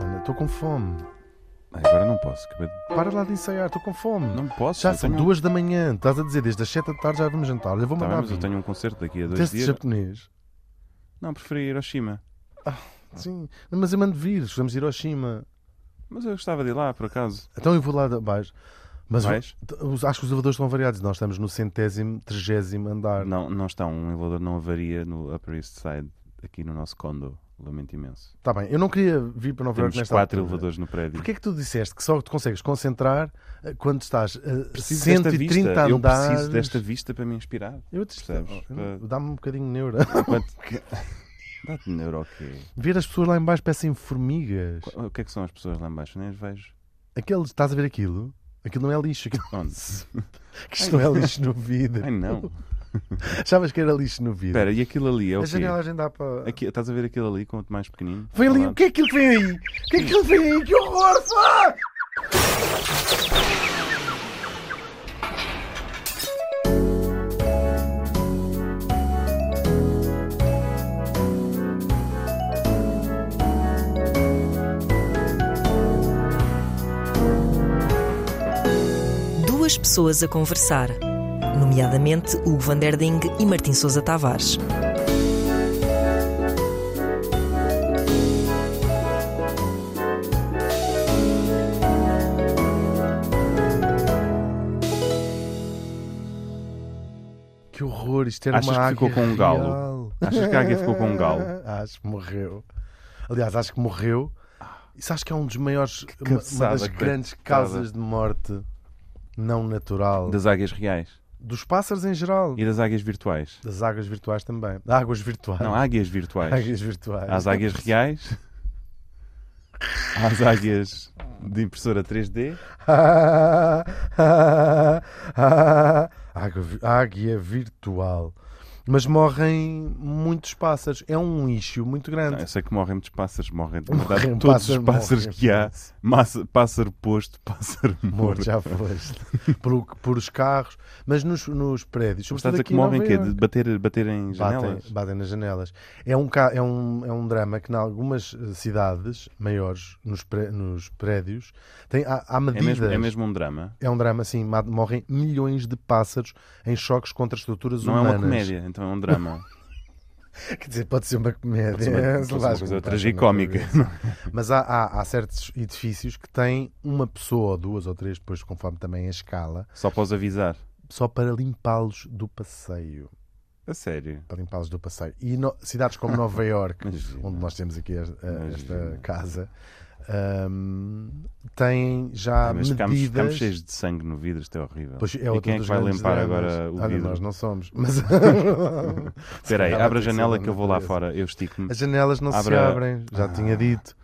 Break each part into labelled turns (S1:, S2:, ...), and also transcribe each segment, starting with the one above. S1: Olha, estou com fome.
S2: Ai, agora não posso. acabei de-
S1: Para lá de ensaiar, estou com fome.
S2: Não posso.
S1: já
S2: eu
S1: são
S2: tenho- um-
S1: duas da manhã. Estás a dizer, desde as sete da tarde já vamos jantar. Olha, vou
S2: Tá bem,
S1: mandar
S2: mas eu
S1: vir.
S2: tenho um concerto daqui a dois
S1: Teste
S2: dias.
S1: japonês.
S2: Não, preferia Hiroshima. Ah.
S1: Sim. Não, Mas eu mando vir. Chegamos de Hiroshima.
S2: Mas eu gostava de ir lá, por acaso.
S1: Então eu vou lá de baixo. Mas eu-
S2: Vais?
S1: t- os- acho que os elevadores estão variados. Nós estamos no centésimo, trigésimo andar.
S2: Não, não está. Um elevador não avaria no Upper East Side, aqui no nosso condo. Lamento imenso.
S1: Está Tá bem. Eu não queria vir para Nova York
S2: Temos
S1: nesta
S2: quatro
S1: altura.
S2: elevadores no prédio.
S1: Porquê é que tu disseste que só te consegues concentrar eh, quando estás a
S2: Preciso
S1: 130
S2: desta vista. Eu
S1: andares?
S2: preciso desta vista para me inspirar.
S1: Eu te...
S2: Percebes?
S1: Oh,
S2: Para-
S1: Dá-me um bocadinho de neura.
S2: Enquanto que... Dá-te neuro, ok.
S1: Ver as pessoas lá em baixo parecem formigas.
S2: Qu- O que é que são as pessoas lá em baixo? Nem as vejo.
S1: Aqueles, estás a ver aquilo? Aquilo não é lixo. Aquilo...
S2: Onde?
S1: que Isto não é lixo no vidro.
S2: Ai não.
S1: Achavas que era lixo no vidro.
S2: Espera, e aquilo ali é o
S1: a
S2: quê?
S1: janelagem dá para.
S2: Aqui, estás a ver aquilo ali, quanto mais pequenino?
S1: Vem ali,
S2: Olá.
S1: o que é aquilo que vem aí? O que é aquilo que vem aí? Que horror, pá!
S3: Duas pessoas a conversar, nomeadamente Hugo van der Ding e Martim Sousa Tavares.
S1: Que horror, isto era
S2: Achas
S1: uma
S2: que ficou
S1: águia
S2: com um galo?
S1: real.
S2: Achas que a águia ficou com um galo?
S1: Acho que morreu. Aliás, acho que morreu. Isso acho que é um dos maiores, uma- uma
S2: cabeçada,
S1: das grandes
S2: coitada.
S1: causas de morte não natural.
S2: Das águias reais
S1: Dos pássaros em geral.
S2: e das águias virtuais.
S1: Das águas virtuais também. Águas virtuais.
S2: Não, águias virtuais.
S1: Ah. Águias virtuais.
S2: Há as águias reais, há as águias de impressora 3D,
S1: Água vi- Águia virtual. Mas morrem muitos pássaros. É um lixo muito
S2: Não,
S1: grande.
S2: eu sei que morrem muitos pássaros, morrem de
S1: Morrem,
S2: verdade, todos
S1: pássaro
S2: os pássaros
S1: morre.
S2: que há. Massa- pássaro posto, pássaro
S1: Morto,
S2: morto.
S1: já foste. por, por os carros. Mas nos, nos prédios.
S2: Estás a
S1: sobretudo
S2: dizer
S1: aqui
S2: que
S1: em
S2: morrem o
S1: Nova
S2: quê?
S1: Iorque.
S2: De bater, bater em janelas?
S1: Batem, batem nas janelas. É um, ca- é, um, é um drama que, em algumas eh, cidades maiores, nos, pré- nos prédios, tem, há, há
S2: É
S1: medidas.
S2: mesmo, é mesmo um drama.
S1: É um drama, sim. ma- Morrem milhões de pássaros em choques contra estruturas
S2: Não
S1: humanas.
S2: é uma comédia, então é um drama.
S1: Quer dizer, pode ser uma comédia.
S2: Pode ser uma- pode
S1: se
S2: ser uma
S1: levas com
S2: coisa
S1: um pássaro na
S2: tragicómica.
S1: cabeça. Mas há, há- há certos edifícios que têm uma pessoa, ou duas ou três, depois conforme também a escala,
S2: Só posso avisar.
S1: só para limpá-los do passeio.
S2: A sério.
S1: Para limpá-los do passeio. E no- cidades como Nova Iorque,
S2: Imagina.
S1: onde nós temos aqui es- a- esta
S2: Imagina.
S1: casa, hum, têm já
S2: Ah, Mas ficámos,
S1: medidas...
S2: ficámos cheios de sangue no vidro, isto é horrível.
S1: Pois é
S2: e
S1: outro
S2: quem é que
S1: dos
S2: vai
S1: grandes
S2: limpar
S1: dramas.
S2: agora o
S1: Olha,
S2: vidro?
S1: nós não somos. Mas...
S2: Espera aí,
S1: Se calhar
S2: abre a
S1: vai ter que ser
S2: janela
S1: da
S2: que eu vou lá
S1: natureza.
S2: fora, Ah. eu estico-me.
S1: As janelas não se
S2: Abra-
S1: abrem, já tinha dito.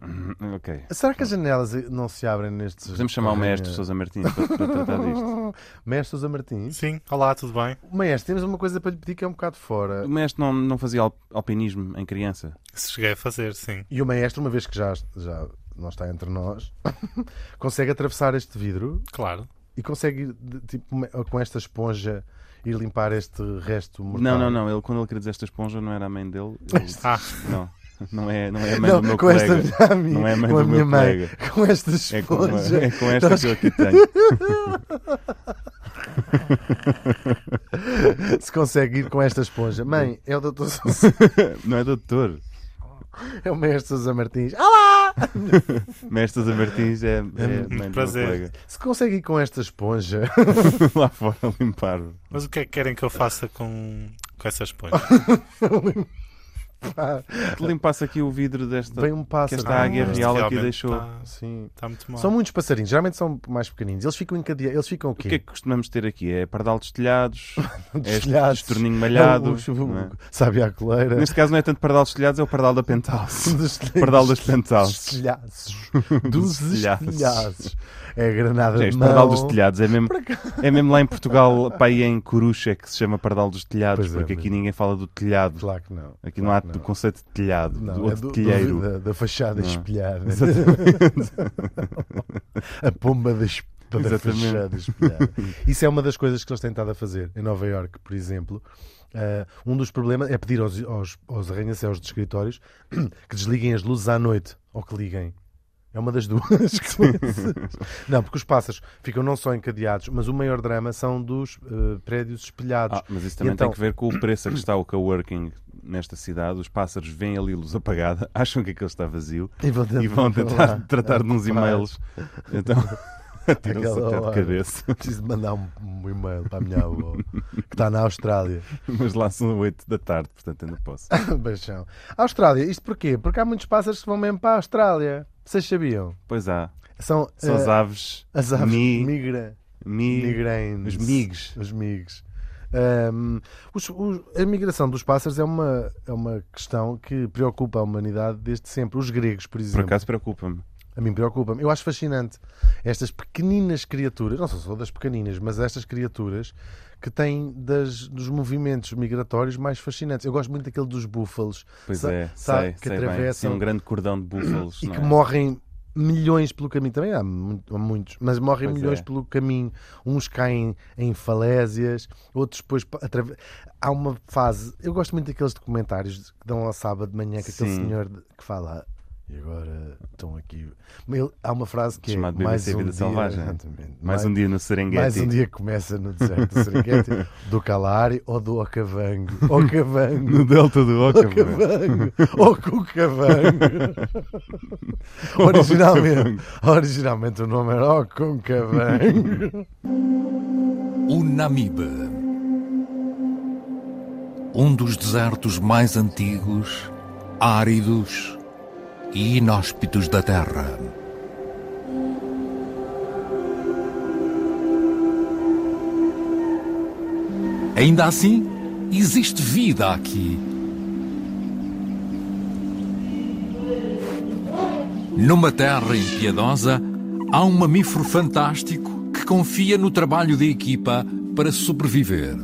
S2: Hum, Ok.
S1: Será que as janelas não se abrem nestes.
S2: Podemos chamar o maestro
S1: Sousa
S2: Sousa Martins para, para tratar disto.
S1: Maestro Sousa Martins.
S4: Sim, olá, tudo bem?
S1: Maestro, temos uma coisa para lhe pedir que é um bocado fora.
S2: O maestro não, não fazia al- alpinismo em criança.
S4: Se cheguei a fazer, sim.
S1: E o maestro, uma vez que já, já não está entre nós, consegue atravessar este vidro
S4: Claro.
S1: e consegue, ir de- tipo, me- com esta esponja, ir limpar este resto mortal.
S2: Não, não, não. Ele, quando ele queria dizer esta esponja, não era a mãe dele. ele-
S4: Ah,
S2: Não. Não é, não é a mãe
S1: Não,
S2: do meu
S1: com
S2: colega.
S1: esta minha amiga,
S2: Não é a mãe
S1: com a
S2: do meu
S1: minha mãe,
S2: colega.
S1: com esta
S2: É com, uma-
S1: esponja.
S2: é com esta
S1: nós
S2: que eu aqui tenho.
S1: Se consegue ir com esta esponja. Mãe, é o doutor
S2: Não é doutor.
S1: é o maestro Sousa Martins. Ah Olá!
S2: Maestro Sousa Martins é, é a mãe do meu
S4: prazer.
S2: colega.
S1: Se consegue ir com esta esponja,
S2: Lá fora limpar.
S4: mas o que é que querem que eu faça com, com essa esponja?
S1: pá,
S2: Limpasse aqui o vidro desta.
S1: vem um
S2: que
S1: pássaro.
S2: esta águia
S4: mas
S2: real aqui
S4: realmente
S2: deixou. um
S4: Está
S1: Sim.
S4: está muito mal.
S1: São muitos passarinhos, geralmente são mais pequeninos. Eles ficam encadeados. Eles ficam o
S2: O que é
S1: quê?
S2: que costumamos ter aqui? É pardal destelhados, é
S1: Destelhados.
S2: estorninho malhado.
S1: O- o-
S2: não é?
S1: Sabe à coleira.
S2: Neste caso não é tanto pardal destelhados, é o pardal da Penthouse.
S1: Dos-
S2: Pardal das Penthouse.
S1: Destelhaços.
S2: Dos
S1: Dos
S2: telhaços.
S1: estelhaços. É a granada de
S2: Gente,
S1: mão.
S2: pardal dos telhados. É mesmo, é mesmo lá em Portugal, pá, aí em Coruxa, que se chama pardal dos telhados,
S1: Pois é,
S2: porque aqui
S1: mesmo.
S2: ninguém fala do telhado.
S1: Claro que não.
S2: Aqui não há
S1: Claro que
S2: o conceito de telhado,
S1: Não,
S2: do,
S1: é
S2: ou de
S1: do- do-
S2: telheiro.
S1: da, da fachada
S2: Não.
S1: espelhada.
S2: Exatamente.
S1: a pomba da espelhada. toda
S2: Exatamente.
S1: fechada, espelhada. Isso é uma das coisas que eles têm estado a fazer em Nova Iorque, por exemplo. Ah, um dos problemas é pedir aos, aos, aos arranha-céus de escritórios que desliguem as luzes à noite ou que liguem. É uma das duas coisas. Não, porque os pássaros ficam não só encadeados, mas o maior drama são dos eh, prédios espelhados.
S2: Ah, mas isso também
S1: então-
S2: tem que ver com o preço a que está o coworking nesta cidade. Os pássaros veem ali luz apagada, acham que aquilo está vazio
S1: E vão
S2: e vão tentar
S1: lá.
S2: tratar de uns
S1: Claro.
S2: e-mails. Então, atiram-se
S1: Aquela
S2: até de
S1: hora.
S2: cabeça.
S1: Preciso de mandar um, um e-mail para a minha avó, que está na Austrália.
S2: Mas lá são 8 da tarde, portanto ainda posso.
S1: Baixão. Austrália, isto porquê? Porque há muitos pássaros que vão mesmo para a Austrália. Vocês sabiam?
S2: Pois há.
S1: São,
S2: São as
S1: eh,
S2: aves.
S1: as aves
S2: Mi-
S1: migra,
S2: mi-
S1: migraines.
S2: Os migues.
S1: Os migos. Ahm, os- os- a migração dos pássaros é uma, é uma questão que preocupa a humanidade desde sempre. Os gregos, por
S2: Por
S1: exemplo.
S2: acaso preocupa-me.
S1: A mim preocupa-me. Eu acho fascinante estas pequeninas criaturas, não são só das pequeninas, mas estas criaturas que têm das, dos movimentos migratórios mais fascinantes. Eu gosto muito daquele dos búfalos
S2: Pois
S1: Sa-
S2: é,
S1: sa-
S2: sei,
S1: que
S2: sei bem. Sim,
S1: atravessam-
S2: um grande cordão de búfalos.
S1: e
S2: não
S1: que
S2: é?
S1: morrem milhões pelo caminho. Também há, mu- há muitos, mas morrem
S2: Pois
S1: milhões
S2: é.
S1: pelo caminho. Uns caem em falésias, outros depois. pa- atrave- Há uma fase. Eu gosto muito daqueles documentários que dão ao sábado de manhã que aquele
S2: Sim.
S1: senhor de- que fala. E agora estão aqui. Ele- há uma frase que é
S2: Chamado
S1: mais
S2: BBC
S1: um
S2: Vida
S1: dia,
S2: Selvagem.
S1: Exatamente.
S2: Mais um dia no Serengeti.
S1: Mais um dia começa no deserto do Serengeti, do Calari ou do Ocavango. Ocavango.
S2: No Delta do Oca. é? mano.
S1: Ocavango. Ou Cucavango.
S2: Oh,
S1: originalmente, originalmente o nome era oh, Ocavango.
S5: O Namibe. Um dos desertos mais antigos, áridos e inóspitos da Terra. Ainda assim, existe vida aqui. Numa terra impiedosa, há um mamífero fantástico que confia no trabalho de equipa para sobreviver.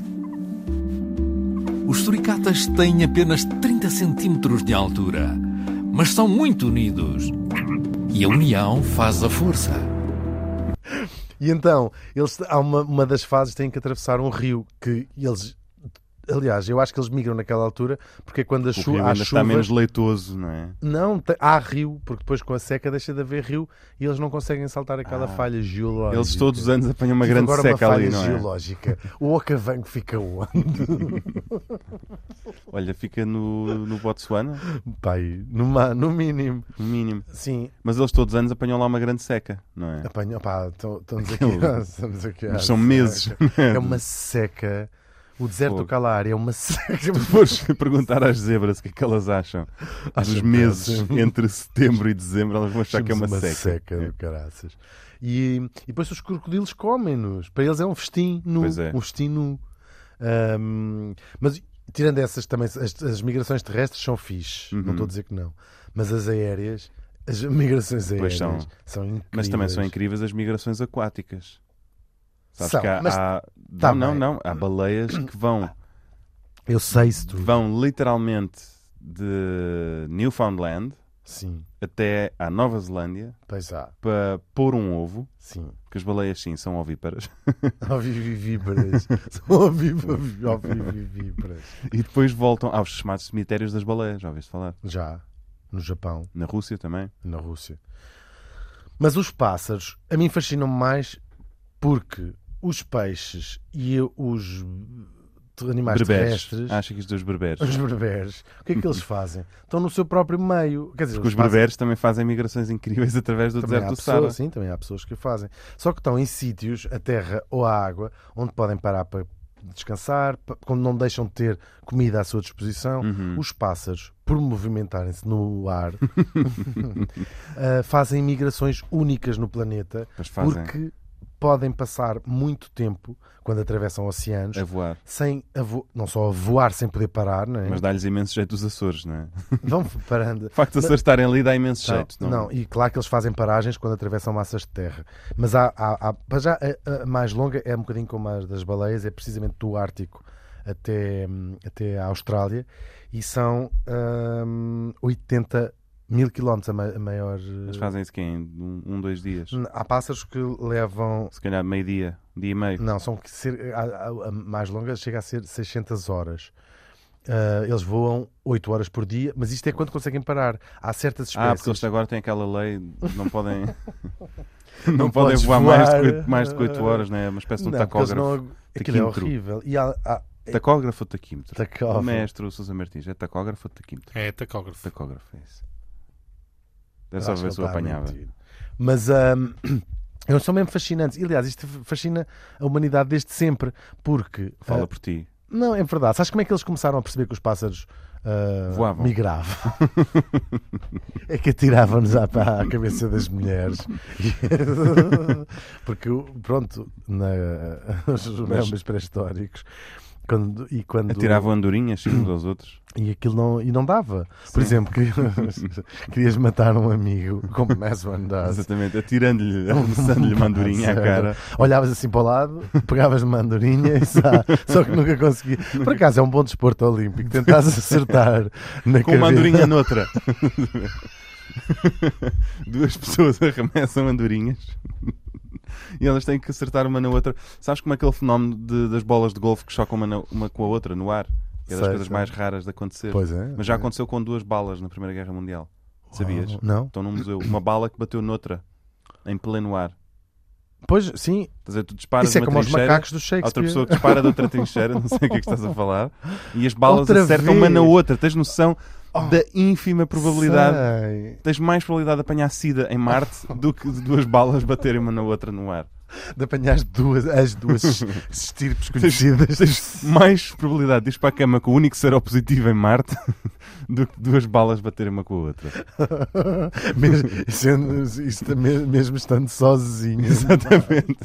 S5: Os suricatas têm apenas 30 centímetros de altura, mas são muito unidos. E a união faz a força.
S1: E então, eles, há uma, uma das fases têm que atravessar um rio que eles. Aliás, eu acho que eles migram naquela altura porque é quando a
S2: O
S1: chu
S2: rio
S1: há
S2: ainda está
S1: chuva.
S2: menos leitoso, não é?
S1: Não, te- há rio, porque depois com a seca deixa de haver rio e eles não conseguem saltar aquela falha geológica.
S2: Ah. Eles todos os anos apanham uma
S1: Tive
S2: grande
S1: agora
S2: seca
S1: uma falha
S2: ali, não é?
S1: geológica. O Ocavango fica onde?
S2: Olha, fica no, no Botsuana,
S1: Pai, no, ma- no mínimo.
S2: no mínimo.
S1: Sim,
S2: Mas eles todos os anos apanham lá uma grande seca, não é?
S1: apanho. Pá, to- estamos aqui.
S2: Aquilo-
S1: estamos aqui
S2: Mas
S1: à
S2: são
S1: seca.
S2: meses.
S1: É uma seca. O deserto do
S2: Fogo.
S1: Calari é uma seca.
S2: Depois perguntar às zebras o que é que elas acham dos
S1: Acham
S2: meses
S1: péssimo.
S2: entre setembro e dezembro, elas vão achar que é uma,
S1: Temos
S2: seca.
S1: do caraças. E, e depois os crocodilos comem-nos. Para eles é um festim nu.
S2: Pois é.
S1: Um festim nu. Ahm, mas tirando essas também, as, as migrações terrestres são fixe.
S2: Uhum.
S1: Não estou a dizer que não. Mas as aéreas, as migrações aéreas
S2: Pois são.
S1: são. incríveis.
S2: Mas também são incríveis as migrações aquáticas. Sabes
S1: São,
S2: que há,
S1: mas-
S2: há-
S1: tá
S2: não,
S1: bem. Ah,
S2: não, não, há baleias que vão,
S1: Eu sei se tu.
S2: vão literalmente de Newfoundland
S1: Sim,
S2: até à Nova Zelândia
S1: pois há.
S2: para pôr um ovo,
S1: Sim.
S2: porque as baleias sim são ovíparas,
S1: Ovivíparas. São ovivi- ovivíparas.
S2: e depois voltam aos chamados cemitérios das baleias, já ouviste falar?
S1: Já. No Japão.
S2: Na Rússia também.
S1: na Rússia. Mas os pássaros a mim fascinam mais porque os peixes e os eh, animais
S2: Berberes.
S1: terrestres,
S2: Acha que os dois berberes.
S1: os berberes, o que é que eles fazem? Estão no seu próprio meio. Quer dizer,
S2: Porque os
S1: eles fazem-
S2: berberes também fazem migrações incríveis através do
S1: também
S2: deserto
S1: há
S2: do
S1: pessoas,
S2: Sara.
S1: Sim, também há pessoas que o fazem. Só que estão em sítios, a terra ou a água, onde podem parar para descansar, pa- quando não deixam de ter comida à sua disposição.
S2: Uhum.
S1: Os pássaros, por movimentarem-se no ar, ah, fazem migrações únicas no planeta
S2: Pois fazem.
S1: porque podem passar muito tempo quando atravessam oceanos.
S2: A voar.
S1: Sem a vo- não só a voar sem poder parar, não é?
S2: Mas dá-lhes imenso jeito os Açores, não é?
S1: vão parando.
S2: O facto de Açores estarem ali dá imenso jeito.
S1: Não,
S2: Não, é?
S1: não, e claro que eles fazem paragens quando atravessam massas de terra. Mas há, há, há- para já a, a mais longa é um bocadinho como a das baleias, é precisamente do Ártico até, hum, até a Austrália e são hum, 80 Mil quilómetros a, ma- a maior. eh,
S2: Eles fazem isso que em um, um, dois dias.
S1: n- Há pássaros que levam.
S2: Se calhar meio-dia, dia e meio.
S1: Não, são que ser, a, a- a mais longa chega a ser 600 horas. Ah, eles voam 8 horas por dia, mas isto é quando conseguem parar. Há certas
S2: Ah,
S1: espécies.
S2: porque eles agora têm aquela lei, de não podem. não,
S1: Não
S2: podem
S1: podes
S2: voar, mais de
S1: voar.
S2: 8, mais de 8 horas, né? É uma espécie de um
S1: Não, porque eles não-
S2: tacógrafo.
S1: Aquilo é
S2: Taquímetro.
S1: horrível. E há, há,
S2: Tacógrafo ou taquímetro?
S1: Tacógrafo.
S2: O mestre, o Sousa Martins, é tacógrafo ou taquímetro?
S4: É tacógrafo.
S2: Tacógrafo, é isso. Dessa vez eu apanhava.
S1: tá Mas hum, eles são mesmo fascinantes. E, aliás, isto fascina a humanidade desde sempre, porque.
S2: Fala
S1: ah,
S2: por ti.
S1: não, é verdade. Sabes como é que eles começaram a perceber que os pássaros ah,
S2: Voavam.
S1: migravam? é que atiravam-nos à, pá- à cabeça das mulheres. porque, pronto, na, os membros pré-históricos. Quando, e quando
S2: Atiravam andorinhas uns aos outros.
S1: e aquilo não, e não dava. Por exemplo, querias, querias matar um amigo, como mais one does.
S2: Exatamente, atirando-lhe, arremessando-lhe uma andorinha à cara.
S1: Olhavas assim para o lado, pegavas uma andorinha e sá, só que nunca consegui. Por acaso é um bom desporto olímpico, tentares acertar na
S2: Com uma
S1: cabeça.
S2: andorinha noutra. Duas pessoas arremessam andorinhas e elas têm que acertar uma na outra. Sabes como é aquele fenómeno de- das bolas de golfe que chocam uma, na- uma com a outra no ar? Que é das
S1: Sei,
S2: coisas
S1: sei.
S2: mais raras de acontecer.
S1: Pois é.
S2: Mas já aconteceu com duas balas na Primeira Guerra Mundial. Sabias?
S1: Uau, Não?
S2: Estão num museu. Uma bala que bateu noutra, em pleno ar.
S1: Pois, sim,
S2: Quer dizer, tu disparas
S1: isso é
S2: de uma
S1: como os
S2: trincheira,
S1: macacos do
S2: há outra
S1: Shakespeare.
S2: pessoa que dispara de outra trincheira, não sei o que é que estás a falar, e as balas
S1: Outra
S2: acertam
S1: vez.
S2: uma na outra. Tens noção
S1: Oh,
S2: da ínfima probabilidade.
S1: Sei.
S2: Tens mais probabilidade de apanhar sida em Marte do que de duas balas baterem uma na outra no ar.
S1: De apanhar as duas, as duas estirpes conhecidas.
S2: Mais probabilidade de ir para a cama com o único seropositivo em Marte do que duas balas baterem uma com a outra.
S1: mesmo, sendo, isto- mesmo- mesmo estando sozinho.
S2: Exatamente.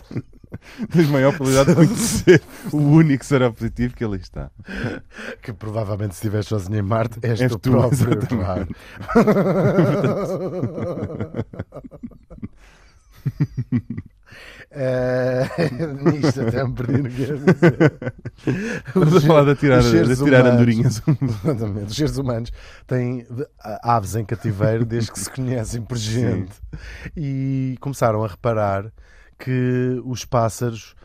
S2: Tens maior probabilidade de ser o único seropositivo que ali está.
S1: Que provavelmente se estiveres sozinho em Marte és,
S2: És
S1: tu,
S2: tu,
S1: próprio.
S2: exatamente.
S1: claro. Eh, Nisto até me perdi no que ia dizer.
S2: Estamos a falar de atirar,
S1: Os seres
S2: de atirar
S1: humanos-
S2: andorinhas.
S1: Exatamente. Os seres humanos têm de- a- aves em cativeiro desde que se conhecem por gente. E começaram a reparar que os pássaros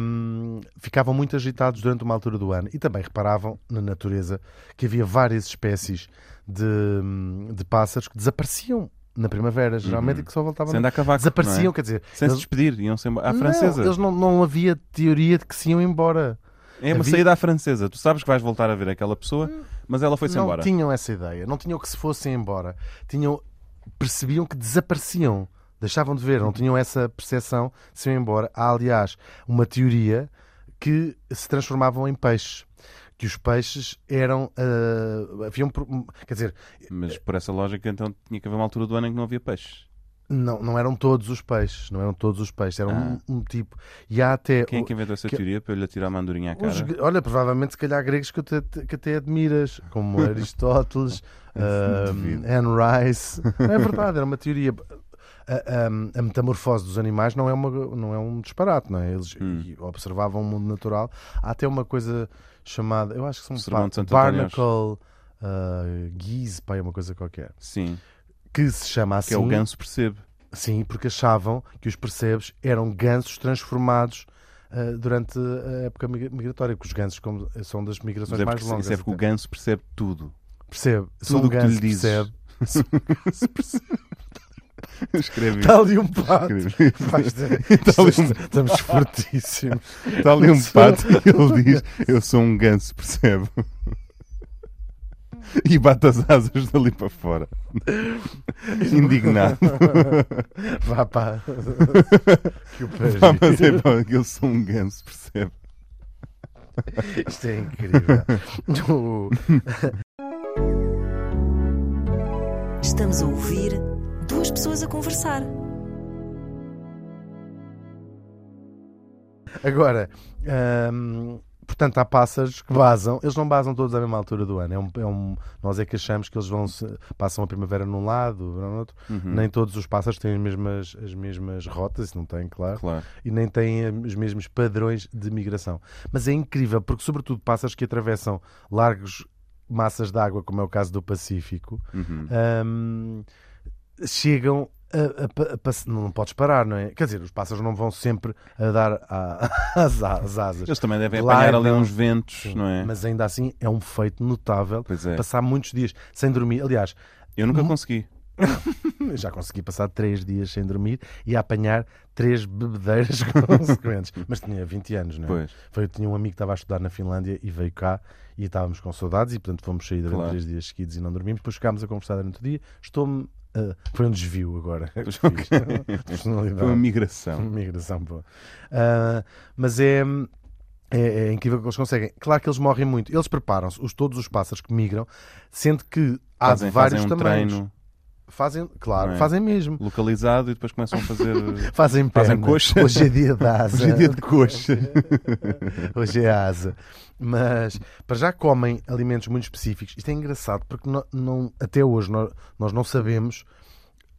S1: hum, ficavam muito agitados durante uma altura do ano e também reparavam na natureza que havia várias espécies de, hum, de pássaros que desapareciam na primavera, geralmente, e que só voltavam.
S2: Uhum. Sem
S1: na-
S2: dar cavaco.
S1: Desapareciam,
S2: não é?
S1: quer dizer,
S2: Sem se
S1: eles-
S2: despedir, iam-se embora. À
S1: Não,
S2: francesa.
S1: eles não, não havia teoria de que se iam embora.
S2: É
S1: Havia-
S2: uma
S1: Hum.
S2: saída à francesa. Tu sabes que vais voltar a ver aquela pessoa, mas ela foi-se
S1: não
S2: embora.
S1: tinham essa ideia, não tinham que se fossem embora, tinham percebiam que desapareciam, deixavam de ver, não tinham essa percepção de se iam embora. Há, aliás, uma teoria que se transformavam em peixes. Que os peixes eram. ah, haviam. pro- Quer dizer,
S2: Mas por essa lógica, então tinha que haver uma altura do ano em que não havia peixe.
S1: não, não eram todos os peixes, não eram todos os peixes, eram
S2: Ah.
S1: um, um tipo. E há até.
S2: Quem é que inventou essa
S1: que-
S2: teoria para eu lhe atirar uma andorinha à cara?
S1: Os gre- olha, provavelmente se calhar gregos que, até- que até admiras, como Aristóteles, ah,
S2: duvido.
S1: Anne Rice. Não é verdade, era uma teoria. A, a- a metamorfose dos animais não é, uma, não é um disparate, não é? Eles
S2: Hum.
S1: e observavam o mundo natural. Há até uma coisa chamada, eu acho que são
S2: O Sermão de Santo Antônio, acho.
S1: Barnacle uh, Geese, pá, é uma coisa qualquer,
S2: Sim,
S1: que se chama assim.
S2: que é o ganso percebe.
S1: Sim, porque achavam que os percebes eram gansos transformados ah, durante a época migra- migratória, porque os gansos como, eh, são das
S2: Mas
S1: migrações
S2: é
S1: mais
S2: porque,
S1: longas.
S2: isso é porque o
S1: até.
S2: ganso percebe tudo.
S1: Percebe, se
S2: Tudo
S1: um
S2: o que tu
S1: ganso
S2: lhe dizes.
S1: percebe,
S2: Escreve
S1: está ali um pato.
S2: Escreve.
S1: Vais ter-
S2: é Está ali um-
S1: Estamos fortíssimos.
S2: Está ali um pato e ele diz: Eu sou um ganso, percebe? E bate as asas dali para fora. Indignado.
S1: Vá pá. Que o
S2: Pá,
S1: pariu.
S2: mas é bom, eu sou um ganso, percebe?
S1: Isto é incrível. O-
S3: Estamos a ouvir duas pessoas a conversar.
S1: Agora, hum, portanto, há pássaros que basam, eles não basam todos à mesma altura do ano. É um, é um- nós é que achamos que eles vão se- passam a primavera num lado, o verão no outro. Nem todos os pássaros têm as mesmas, as mesmas rotas, isso não têm, claro,
S2: Claro.
S1: e nem têm eh, os mesmos padrões de migração. Mas é incrível, porque, sobretudo, pássaros que atravessam largos massas de água, como é o caso do Pacífico,
S2: Uhum.
S1: hum, chegam a, a pa- a pass- Não podes parar, não é? Quer dizer, os pássaros não vão sempre a dar a- às a- às asas.
S2: Eles também devem
S1: Lá
S2: apanhar
S1: é
S2: ali
S1: não.
S2: uns ventos,
S1: Sim,
S2: não é?
S1: Mas ainda assim é um feito notável
S2: Pois é.
S1: passar muitos dias sem dormir. Aliás,
S2: Eu nunca consegui.
S1: já consegui passar três dias sem dormir e a apanhar três bebedeiras consequentes. Mas tinha 20 anos, não é?
S2: Pois.
S1: Foi, eu tinha um amigo que estava a estudar na Finlândia e veio cá e estávamos com saudades e, portanto, fomos sair durante
S2: Claro.
S1: três dias seguidos e não dormimos. Depois chegámos a conversar durante o dia. Estou-me. ah, foi um desvio agora. que fiz. Personalidade.
S2: Foi um uma
S1: Hum.
S2: migração.
S1: Migração boa. Ah, mas é, é, é incrível o que eles conseguem. Claro que eles morrem muito. Eles preparam-se, os, todos os pássaros que migram, sendo que há de
S2: Fazem,
S1: vários
S2: fazem um
S1: tamanhos.
S2: treino
S1: Fazem, claro,
S2: Não é?
S1: fazem mesmo.
S2: localizado e depois começam a fazer.
S1: Fazem perna.
S2: Fazem coxa.
S1: Hoje é dia da asa.
S2: Hoje é dia de coxa.
S1: Hoje é asa. Mas para já comem alimentos muito específicos. Isto é engraçado porque no- não- até hoje nó- nós, não sabemos.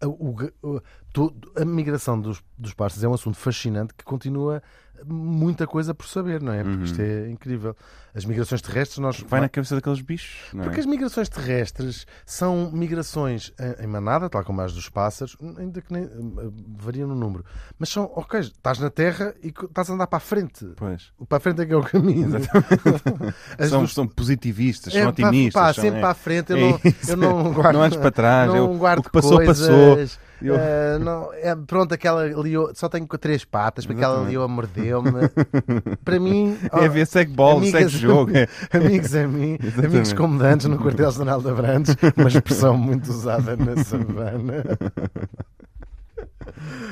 S1: A, o ga- o- to- a migração dos, dos pássaros é um assunto fascinante que continua muita coisa por saber, não é? Porque isto é incrível. As migrações terrestres, nós.
S2: Uhum. Vai na cabeça daqueles bichos. Não é?
S1: Porque as migrações terrestres são migrações em- em manada, tal como as dos pássaros, ainda que nem, eh, variam no número. Mas são, ok, estás na terra e co- estás a andar para a frente.
S2: Pois.
S1: O Para a frente é que é o caminho. As
S2: São,
S1: dos-
S2: são positivistas,
S1: é,
S2: são otimistas.
S1: Pá, pá,
S2: são,
S1: sempre
S2: é.
S1: para a frente, eu,
S2: É
S1: não,
S2: isso.
S1: eu não guardo.
S2: Não andes para trás,
S1: não
S2: eu-
S1: guardo
S2: o que passou,
S1: coisas,
S2: passou. Eu-
S1: eh, não- é, pronto, aquela ali, eu- só tenho três patas, porque aquela ali eu mordeu-me. para mim.
S2: É
S1: oh,
S2: ver segue bola, segue jogo. é.
S1: amigos a mim,
S2: Exatamente.
S1: amigos comandantes no quartel General de Abrantes, uma expressão muito usada na savana.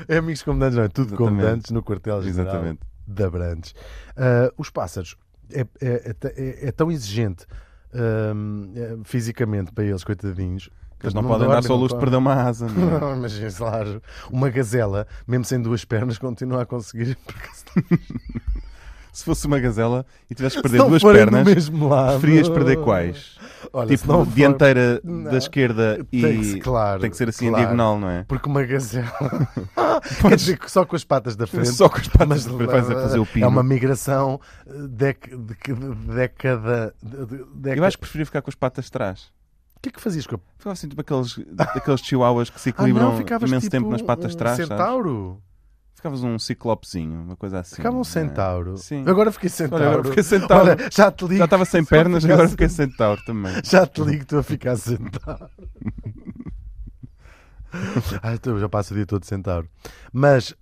S1: É amigos comandantes, não é? Tudo
S2: Exatamente.
S1: comandantes no quartel General
S2: Exatamente.
S1: de Abrantes. Ah, os pássaros é, é- é t- é- é tão exigente hum, é, fisicamente para eles, coitadinhos. que
S2: Eles não, podem dar
S1: dormem,
S2: só
S1: não
S2: luz de
S1: comem.
S2: perder uma asa. não é?
S1: Não, imagina, claro. Uma gazela, mesmo sem duas pernas, continua a conseguir. porque se
S2: Se fosse uma gazela e tivesse que perder
S1: não
S2: duas
S1: forem do
S2: pernas,
S1: mesmo lado.
S2: preferias perder quais?
S1: Olha, se
S2: Tipo,
S1: não for-
S2: dianteira
S1: Não.
S2: da esquerda e
S1: Tem que se- claro,
S2: tem que ser assim em
S1: claro.
S2: diagonal, não é?
S1: Porque uma gazela. Quer dizer, que só com as patas da frente.
S2: Só com as patas
S1: mas
S2: da frente vais a fazer o pino.
S1: É uma migração eh, dec- dec- década. de- de-
S2: Eu
S1: década-
S2: acho que preferia ficar com as patas de trás.
S1: O que é que fazias com a.
S2: Ficava assim tipo aqueles, aqueles chihuahuas que se
S1: Ah,
S2: equilibram
S1: não, ficavas
S2: imenso
S1: tipo
S2: tempo nas patas de
S1: um
S2: trás. sabes?
S1: centauro.
S2: Ficavas um ciclopezinho, uma coisa assim.
S1: Ficava
S2: não
S1: um
S2: é?
S1: centauro.
S2: Sim.
S1: Eu Agora fiquei
S2: Olha,
S1: centauro.
S2: agora fiquei centauro.
S1: Olha, já te ligo.
S2: Já estava sem
S1: Se eu
S2: pernas,
S1: ficasse-
S2: agora fiquei centauro também.
S1: Já te ligo, estou a ficar centauro. Ai, estou- já passo o dia todo centauro. Mas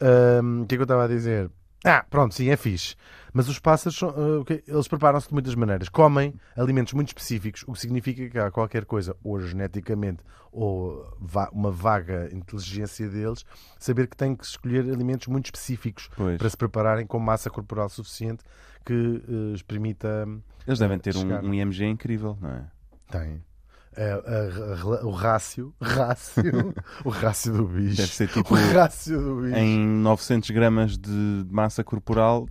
S1: hum, o que é que eu estava a dizer? Ah, pronto, sim, é fixe. Mas os pássaros, são, ah, o que- eles preparam-se de muitas maneiras. Comem alimentos muito específicos, o que significa que há qualquer coisa, ou geneticamente, ou va- uma vaga inteligência deles, saber que têm que escolher alimentos muito específicos
S2: Pois.
S1: para se prepararem com massa corporal suficiente que eh, os permita. hum,
S2: Eles devem ter
S1: Chegar.
S2: um, um IMG incrível, não é?
S1: tem. É, a- a rela- o rácio, rácio, o rácio do bicho.
S2: Deve ser tipo
S1: O rácio do bicho.
S2: em 900 gramas de massa corporal,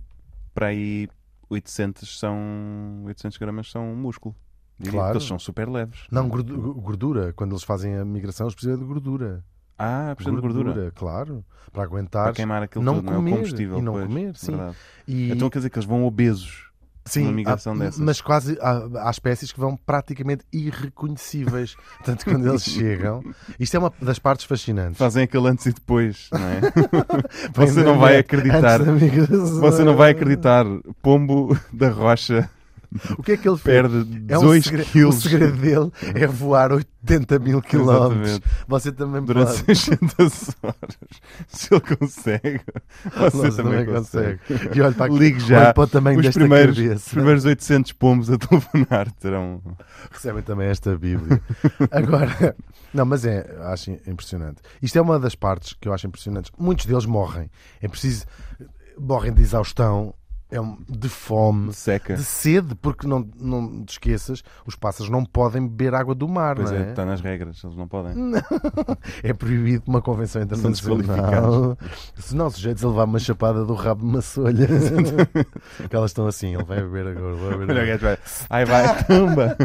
S2: para aí 800 são 800 gramas são músculo. Diria,
S1: Claro.
S2: porque Eles são super leves.
S1: Não, gordu- gordura. Quando eles fazem a migração, eles precisam de gordura.
S2: Ah, precisam de gordura.
S1: claro. Para aguentar.
S2: Para queimar aquilo
S1: não
S2: tudo, não
S1: comer
S2: é o combustível.
S1: e não
S2: pois,
S1: comer, sim.
S2: verdade.
S1: E,
S2: Então quer dizer que eles vão obesos.
S1: sim,
S2: uma migração
S1: há-
S2: dessas.
S1: Mas quase há, há espécies que vão praticamente irreconhecíveis. Tanto quando eles chegam. Isto é uma das partes fascinantes.
S2: Fazem aquele antes e depois, não é?
S1: Bem,
S2: Você não vai acreditar.
S1: antes da migração.
S2: Você não vai acreditar. Pombo da Rocha
S1: O que é que ele fez?
S2: perde
S1: É um
S2: 2
S1: segredo-
S2: quilos
S1: O segredo dele é voar 80 mil quilómetros.
S2: Exatamente.
S1: Você também
S2: durante
S1: pode.
S2: 600 horas. Se ele consegue, você
S1: Nós
S2: também consegue.
S1: E olha para Tá aqui,
S2: Ligue já.
S1: olha para o tamanho
S2: Os
S1: desta
S2: primeiros, os
S1: cabeça.
S2: primeiros 800 pombos a telefonar terão.
S1: Recebem também esta Bíblia. Agora, não, mas é, acho impressionante. Isto é uma das partes que eu acho impressionantes. Muitos deles morrem. É preciso. Morrem de exaustão, é um- de fome.
S2: Seca.
S1: De sede, porque não, não te esqueças, os pássaros não podem beber água do mar,
S2: Pois
S1: não
S2: é,
S1: é? Hum.
S2: está nas regras, eles não podem.
S1: É proibido uma convenção internacional.
S2: desqualificados.
S1: Se não, sujeitos a levar uma chapada do rabo de uma solha. que elas estão assim, ele vai beber agora. Vai beber
S2: Olha o
S1: agora.
S2: gajo é, vai. Ai vai, tamba!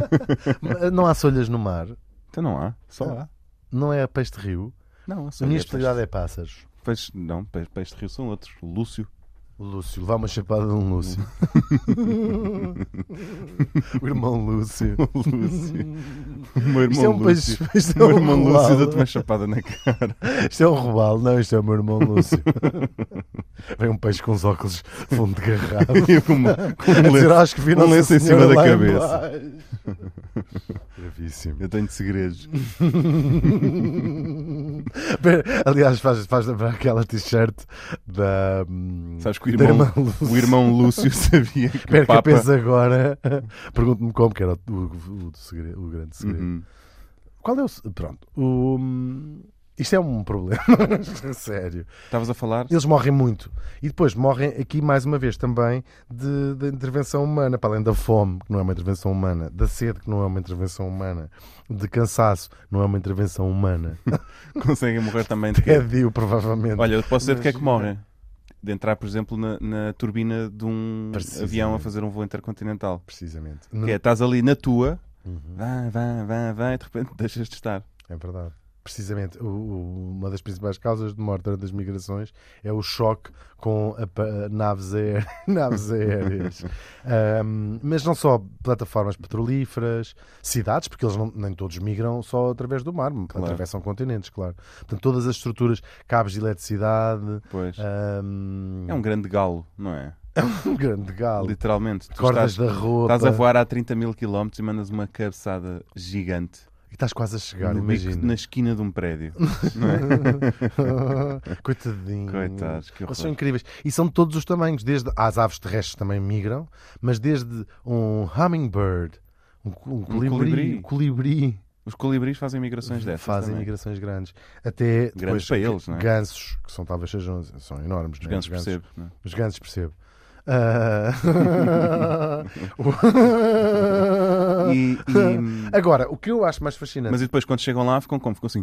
S1: Mas Não há solhas no mar,
S2: Então não há, só há.
S1: não é peixe de rio.
S2: Não, há
S1: A minha especialidade é pássaros.
S2: Peixe, não, peixe, peixe de rio são outros. Lúcio.
S1: O Lúcio, levar uma chapada de um Lúcio. o irmão Lúcio.
S2: O Lúcio. O meu
S1: Isto é
S2: irmão
S1: um peixe.
S2: Lúcio.
S1: Isto
S2: O
S1: é
S2: meu
S1: um
S2: irmão Lúcio
S1: robalo.
S2: deu-te uma chapada na cara.
S1: Isto é um robalo, não, isto é o meu irmão Lúcio. Vem um peixe com os óculos fundo de garrafa.
S2: E eu com uma- com
S1: A
S2: um
S1: dizer,
S2: lenço.
S1: acho que vi
S2: um
S1: Nossa
S2: lenço em cima
S1: Senhora
S2: da
S1: lá
S2: cabeça.
S1: embaixo." Gravíssimo.
S2: Eu tenho segredos.
S1: Pera, Aliás, faz, faz lembrar aquela t-shirt da. hum,
S2: Sabes que o
S1: da
S2: irmão,
S1: irmã Lúcia.
S2: o irmão Lúcio sabia que
S1: Espero
S2: o
S1: que eu
S2: Papa...
S1: pense agora. Pergunto-me como, que era o, o- o segredo- o grande segredo.
S2: Uhum.
S1: Qual é o. se- Pronto. O, hum, isto é um problema. Sério.
S2: Estavas a falar?
S1: Eles morrem muito. E depois morrem aqui, mais uma vez, também de, de intervenção humana. Para além da fome, que não é uma intervenção humana. Da sede, que não é uma intervenção humana. De cansaço, não é uma intervenção humana.
S2: Conseguem morrer também de quê?
S1: Tédio, provavelmente.
S2: Olha, eu te posso dizer de que é que
S1: Mas-
S2: morrem. De entrar, por exemplo, na, na turbina de um
S1: Precisamente.
S2: avião a fazer um voo intercontinental.
S1: Precisamente.
S2: Que é, estás ali na tua,
S1: Uhum.
S2: vai, vai, vai, vai, e de repente deixas de estar.
S1: É verdade. Precisamente, o- o- uma das principais causas de morte durante as migrações é o choque com a pa- naves, aé- naves aéreas. Ahm, mas não só plataformas petrolíferas, cidades, porque eles não- nem todos migram só através do mar, atravessam continentes, claro. Portanto, todas as estruturas, cabos de eletricidade,
S2: Pois.
S1: Ah. ahm,
S2: É um grande galo, não é?
S1: um grande galo,
S2: Literalmente. Tu
S1: cordas
S2: estás,
S1: da roupa,
S2: estás a voar a 30 mil quilómetros e mandas uma cabeçada gigante
S1: e estás quase a chegar,
S2: no bico-
S1: imagina.
S2: na esquina de um prédio.
S1: Coitadinho.
S2: Coitados, que
S1: Eles são
S2: horror.
S1: incríveis. E são de todos os tamanhos. Desde as aves terrestres também migram, mas desde um hummingbird, um, co- um colibri,
S2: colibri.
S1: um colibri,
S2: Os colibris fazem migrações dessas.
S1: fazem
S2: também.
S1: migrações grandes. Até depois,
S2: Grandes para eles, não é?
S1: gansos, que são talvez sejam são enormes.
S2: Os
S1: né?
S2: gansos percebo. não é?
S1: Os gansos percebo. Ah. O-
S2: E- e-
S1: Agora, o que eu acho mais fascinante.
S2: Mas e depois quando chegam lá ficam como? Ficam assim.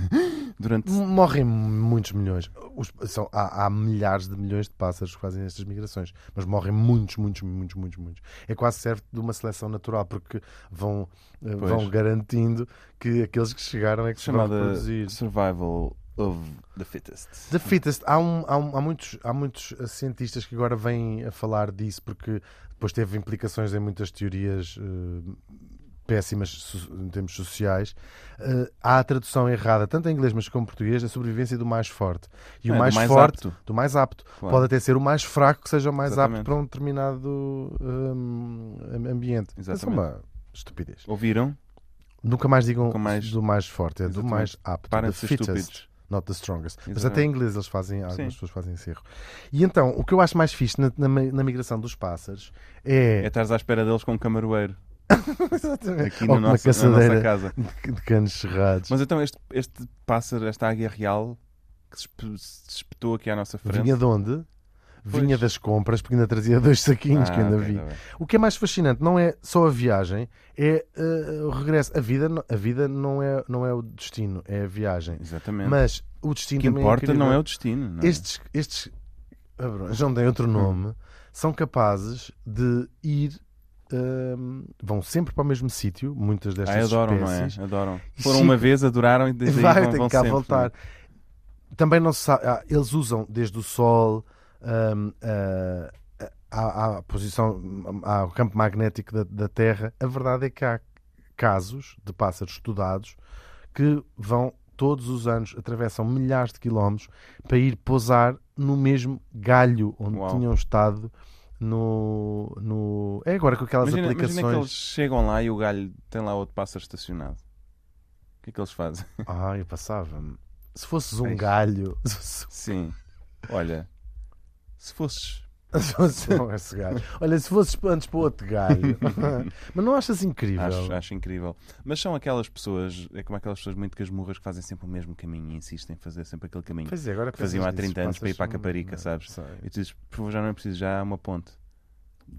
S2: Durante.
S1: Morrem muitos milhões. Os- são, há, há milhares de milhões de pássaros que fazem estas migrações, mas morrem muitos, muitos, muitos, muitos, muitos. É quase serve de uma seleção natural, porque vão, eh,
S2: Pois.
S1: vão garantindo que aqueles que chegaram é que se vão
S2: Chamada
S1: reproduzir.
S2: Survival of the Fittest.
S1: The fittest, há, um- há um- há muitos, há muitos eh, cientistas que agora vêm a falar disso porque depois teve implicações em muitas teorias eh, péssimas so- em termos sociais. Eh, há a tradução errada, tanto em inglês mas como em português, da sobrevivência do mais forte. E
S2: É,
S1: o
S2: do
S1: mais,
S2: mais
S1: forte,
S2: apto.
S1: do mais apto,
S2: Claro.
S1: pode até ser o mais fraco que seja o mais apto
S2: Exatamente.
S1: para um determinado hum, am- ambiente. Isso é
S2: Exatamente.
S1: uma estupidez.
S2: Ouviram?
S1: Nunca mais digam
S2: Nunca mais-
S1: do mais forte, é do
S2: Exatamente.
S1: mais apto.
S2: Parem
S1: the
S2: de ser
S1: fittest.
S2: estúpidos.
S1: Not the strongest. Mas
S2: Exatamente.
S1: até em inglês eles fazem, algumas
S2: Sim.
S1: pessoas fazem esse erro. E então, o que eu acho mais fixe na, na mi- na migração dos pássaros
S2: É
S1: é.
S2: estares à espera deles com um camaroeiro.
S1: Exatamente.
S2: É Aqui
S1: Ou
S2: na
S1: com uma
S2: nossa, na
S1: caçadeira
S2: nossa casa.
S1: de- de canos cerrados.
S2: Mas então este, este pássaro, esta águia real que se espe- se espetou aqui à nossa frente.
S1: Vinha de onde? Vinha
S2: Pois.
S1: das compras, porque ainda trazia dois saquinhos que
S2: Ah,
S1: ainda
S2: ok,
S1: vi.
S2: tá bem.
S1: O que é mais fascinante não é só a viagem, é uh, o regresso. A vida, no- a vida não, é, não é o destino, é a viagem.
S2: Exatamente.
S1: Mas o
S2: o
S1: destino
S2: que
S1: também
S2: importa não é
S1: incrível.
S2: o destino. Não Hum. é?
S1: Estes, estes abrões, não têm outro nome, são capazes de ir. hum, vão sempre para o mesmo sítio, muitas destas
S2: Ah, adoram,
S1: espécies.
S2: não é? Adoram.
S1: E
S2: Foram
S1: sim.
S2: uma vez, adoraram e desde aí
S1: Vai,
S2: vão,
S1: tem
S2: vão
S1: que cá
S2: sempre,
S1: voltar.
S2: não é?
S1: Também não se sabe. ah, eles usam desde o sol hum, ah, à, à posição, hum, ao campo magnético da, da Terra. A verdade é que há casos de pássaros estudados que vão todos os anos, atravessam milhares de quilómetros para ir pousar no mesmo galho onde
S2: Uau.
S1: tinham estado no, no... É agora com
S2: é?
S1: aquelas
S2: Imagina,
S1: aplicações...
S2: imagina que eles chegam lá e o galho tem lá outro pássaro estacionado. O que é que eles fazem?
S1: Ah, eu passava-me. Se fosses um
S2: Ai.
S1: galho... se
S2: Sim. Olha, se fosses.
S1: fosses- não, esse galho. Olha, se fosses antes para outro galho. Mas não achas incrível?
S2: Acho, acho incrível. Mas são aquelas pessoas, é como aquelas pessoas muito casmurras que fazem sempre o mesmo caminho e insistem em fazer sempre aquele caminho.
S1: Pois é, agora
S2: que faziam
S1: pensas
S2: há 30
S1: nisso,
S2: anos para ir para a
S1: passas- um é?
S2: Caparica, sabes?
S1: sei.
S2: E tu dizes, por favor, já não é preciso, já há uma ponte.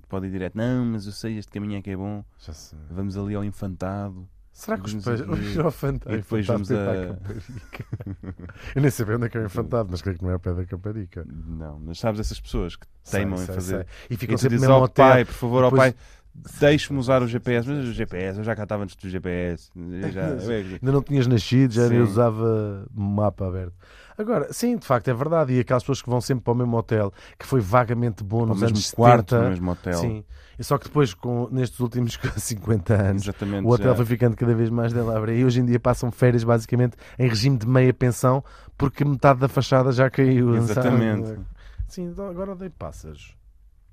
S2: Pode ir direto. Não, mas eu sei, este caminho é que é bom.
S1: Já sei.
S2: Vamos ali ao infantado.
S1: Será que os
S2: Vamos
S1: pais.
S2: aqui-
S1: O girofante.
S2: e depois vamos a-
S1: Eu nem sabia onde é que é o infantado, mas creio que não é o pé da Caparica.
S2: Não, mas sabes essas pessoas que
S1: Sei,
S2: teimam
S1: sei,
S2: em fazer.
S1: sei. E
S2: E
S1: ficam
S2: tu
S1: sempre
S2: dizes
S1: mesmo
S2: ao
S1: ao hotel.
S2: pai, por favor, ao
S1: Depois-
S2: pai, Deixe-me usar o GPS, mas o GPS, eu já cá estava antes do GPS. eu Já, eu- é
S1: Ainda não tinhas nascido, já nem
S2: Sim.
S1: usava mapa aberto. Agora, sim, de facto, é verdade. E aquelas pessoas que vão sempre para o mesmo hotel, que foi vagamente bom
S2: ao
S1: nos anos
S2: mesmo
S1: 70.
S2: quarto, no mesmo hotel.
S1: Sim. E só que depois, com, nestes últimos 50 anos,
S2: Exatamente.
S1: o hotel
S2: já.
S1: foi ficando cada vez mais delabra. E hoje em dia passam férias basicamente em regime de meia pensão, porque metade da fachada já caiu.
S2: Exatamente.
S1: sabe? Sim, então agora dei pássaros.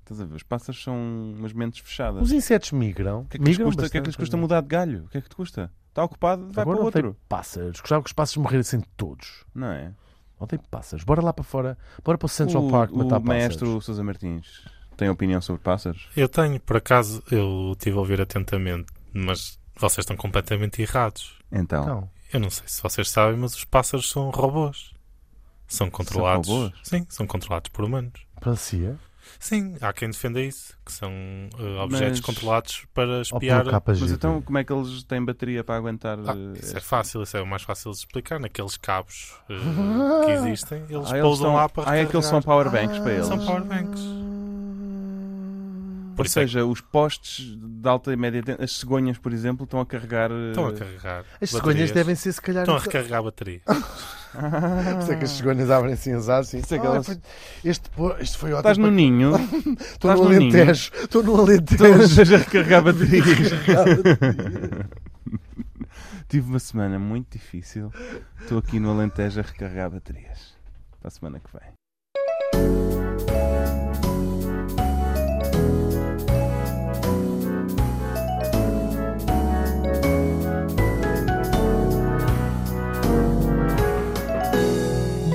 S2: Estás a ver? Os pássaros são umas mentes fechadas.
S1: Os insetos migram.
S2: O que é que lhes
S1: migram
S2: custa, o que é que lhes
S1: bastante,
S2: custa
S1: não é?
S2: mudar de galho? O que é que te custa? Está ocupado, vai
S1: Agora
S2: para
S1: odeio
S2: outro.
S1: pássaros. Gostava que os pássaros morressem todos.
S2: Não é?
S1: Odeio pássaros. Bora lá para fora. Bora para o Central
S2: o,
S1: Park
S2: o
S1: matar
S2: maestro
S1: pássaros.
S2: Sousa Martins tem opinião sobre pássaros?
S4: Eu tenho, por acaso, eu estive a ouvir atentamente, mas vocês estão completamente errados.
S2: Então,
S1: Não.
S4: Eu não sei se vocês sabem, mas os pássaros são robôs. São controlados.
S2: robôs?
S4: Sim, são controlados por humanos.
S1: Parecia.
S4: Sim, há quem defenda isso, que são eh,
S2: Mas-
S4: objetos controlados para
S1: Ou pelo
S4: espiar.
S1: KGB.
S2: mas então como é que eles têm bateria para aguentar?
S4: Ah,
S2: eh,
S4: isso é
S2: este-
S4: fácil, isso é o mais fácil de explicar. Naqueles cabos eh, que existem, eles
S2: Ah, eles
S4: pousam
S2: são,
S4: lá para
S2: ah, é que eles são
S4: recarregar. Ah,
S2: powerbanks para eles.
S4: São powerbanks. Por
S2: Ou
S4: isso é que
S2: seja, os postes de alta e média, ten- as cegonhas, por exemplo, estão a carregar. eh,
S4: estão a carregar.
S1: As cegonhas
S4: baterias.
S1: devem ser, se calhar.
S4: Estão a recarregar a bateria.
S1: Por isso é que as cegonhas abrem assim as asas.
S2: Isso é que elas-
S1: este, pô- este foi
S2: Estás no
S1: ótimo.
S2: ninho,
S1: Estou
S2: estás
S1: no
S2: no ninho.
S1: Alentejo. Estou no Alentejo.
S2: estás a recarregar baterias. Tive uma semana muito difícil. Estou aqui no Alentejo a recarregar baterias. Para a semana que vem.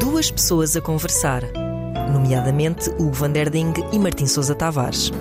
S3: Duas pessoas a conversar, nomeadamente Hugo Van Der Ding e Martim Sousa Tavares.